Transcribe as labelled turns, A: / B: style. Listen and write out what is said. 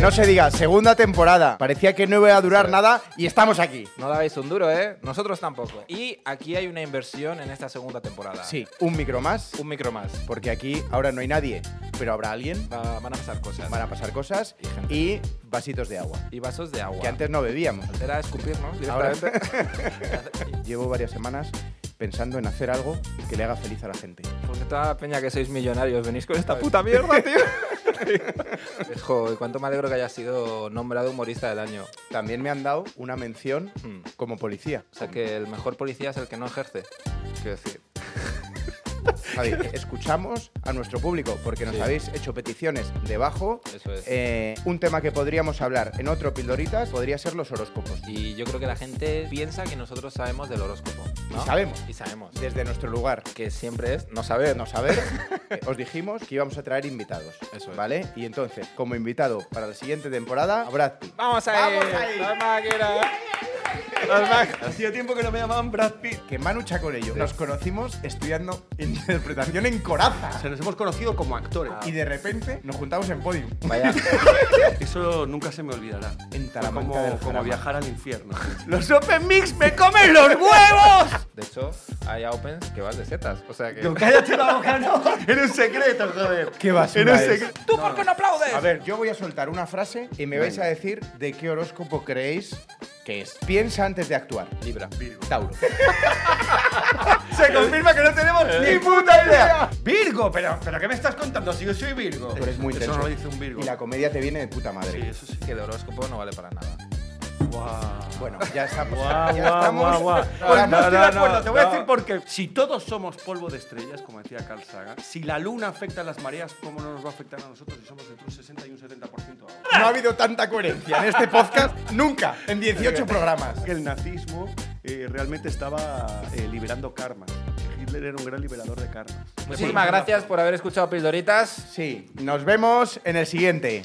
A: no se diga, segunda temporada. Parecía que no iba a durar nada y estamos aquí.
B: No dabais un duro, ¿eh? Nosotros tampoco. Y aquí hay una inversión en esta segunda temporada.
A: Sí, un micro más,
B: Un micro más.
A: porque aquí ahora no hay nadie, pero habrá alguien,
B: Va- van a pasar cosas.
A: van a pasar cosas
B: Y gente.
A: y vasitos de agua,
B: Y vasos de agua.
A: que antes no bebíamos.
B: Era escupirnos
A: Ahora-
B: directamente.
A: Llevo varias semanas pensando en hacer algo que le haga feliz a la gente.
B: Porque toda la peña que sois millonarios venís con esta puta mierda, tío. Joder, cuánto me alegro que hayas sido nombrado humorista del año.
A: También me han dado una mención
B: Hmm.
A: como policía.
B: O sea, que el mejor policía es el que no ejerce. Quiero decir.
A: Javi, escuchamos a nuestro público porque nos
B: Sí.
A: habéis hecho peticiones debajo.
B: Eso es.
A: Eh, un tema que podríamos hablar en otro Pildoritas podría ser los horóscopos.
B: Y yo creo que la gente piensa que nosotros sabemos del horóscopo. ¿no?
A: Y sabemos.
B: Y sabemos.
A: Desde nuestro lugar,
B: Que siempre es no saber.
A: no saber, eh, os dijimos que íbamos a traer invitados.
B: Eso es.
A: ¿Vale? Y entonces, como invitado para la siguiente temporada, a Brad Pitt.
B: ¡Vamos ahí!
A: ¡Vamos ahí!
B: ¡Las máquinas!
C: Hacía tiempo que no me llamaban Brad Pitt.
A: Que Manu Chacorello nos conocimos estudiando interpretación en Coraza.
C: O sea, nos hemos conocido como actores.
A: Y de repente nos juntamos en podium.
B: Vaya.
C: Eso nunca se me olvidará.
A: En
C: Fue
A: Talamanca del
C: como,
A: Jarama.
C: como viajar al infierno. ¡Los Open Mix me comen los huevos!
B: De hecho, hay opens que van de setas. O sea que.
C: cállate la boca, no. Era un secreto, joder.
A: Qué basura
C: Era un
A: es.
C: secreto.
B: ¿Tú por qué no aplaudes?
A: A ver, yo voy a soltar una frase y me vais a decir de qué horóscopo creéis que es. Piensa antes de actuar.
B: Libra.
A: Tauro.
C: Se confirma que no tenemos
B: Eh.
C: ni puta idea. Virgo, pero, pero ¿qué me estás contando si yo soy Virgo?
A: Tú eres muy
C: Eso
A: intenso.
C: no lo dice un Virgo.
A: Y la comedia te viene de puta
C: Sí,
A: madre.
C: eso sí.
B: Que el horóscopo no vale para nada.
C: Guau.
A: Bueno, ya estamos.
C: Guau,
A: ya
C: guau,
A: estamos.
C: guau, guau.
A: Por
C: Pues no,
A: la-
C: estoy de acuerdo, te voy a
B: no.
C: decir por qué. Si todos somos polvo de estrellas, como decía Carl Sagan, si la luna afecta a las mareas, ¿cómo no nos va a afectar a nosotros si somos entre un 60 y un 70% ahora?
A: no ha habido tanta coherencia en este podcast nunca, en 18 programas.
C: Que el nazismo eh, realmente estaba eh, liberando karmas. Hitler era un gran liberador de karmas.
B: Muchísimas gracias por haber escuchado Pildoritas.
A: Sí, nos vemos en el siguiente.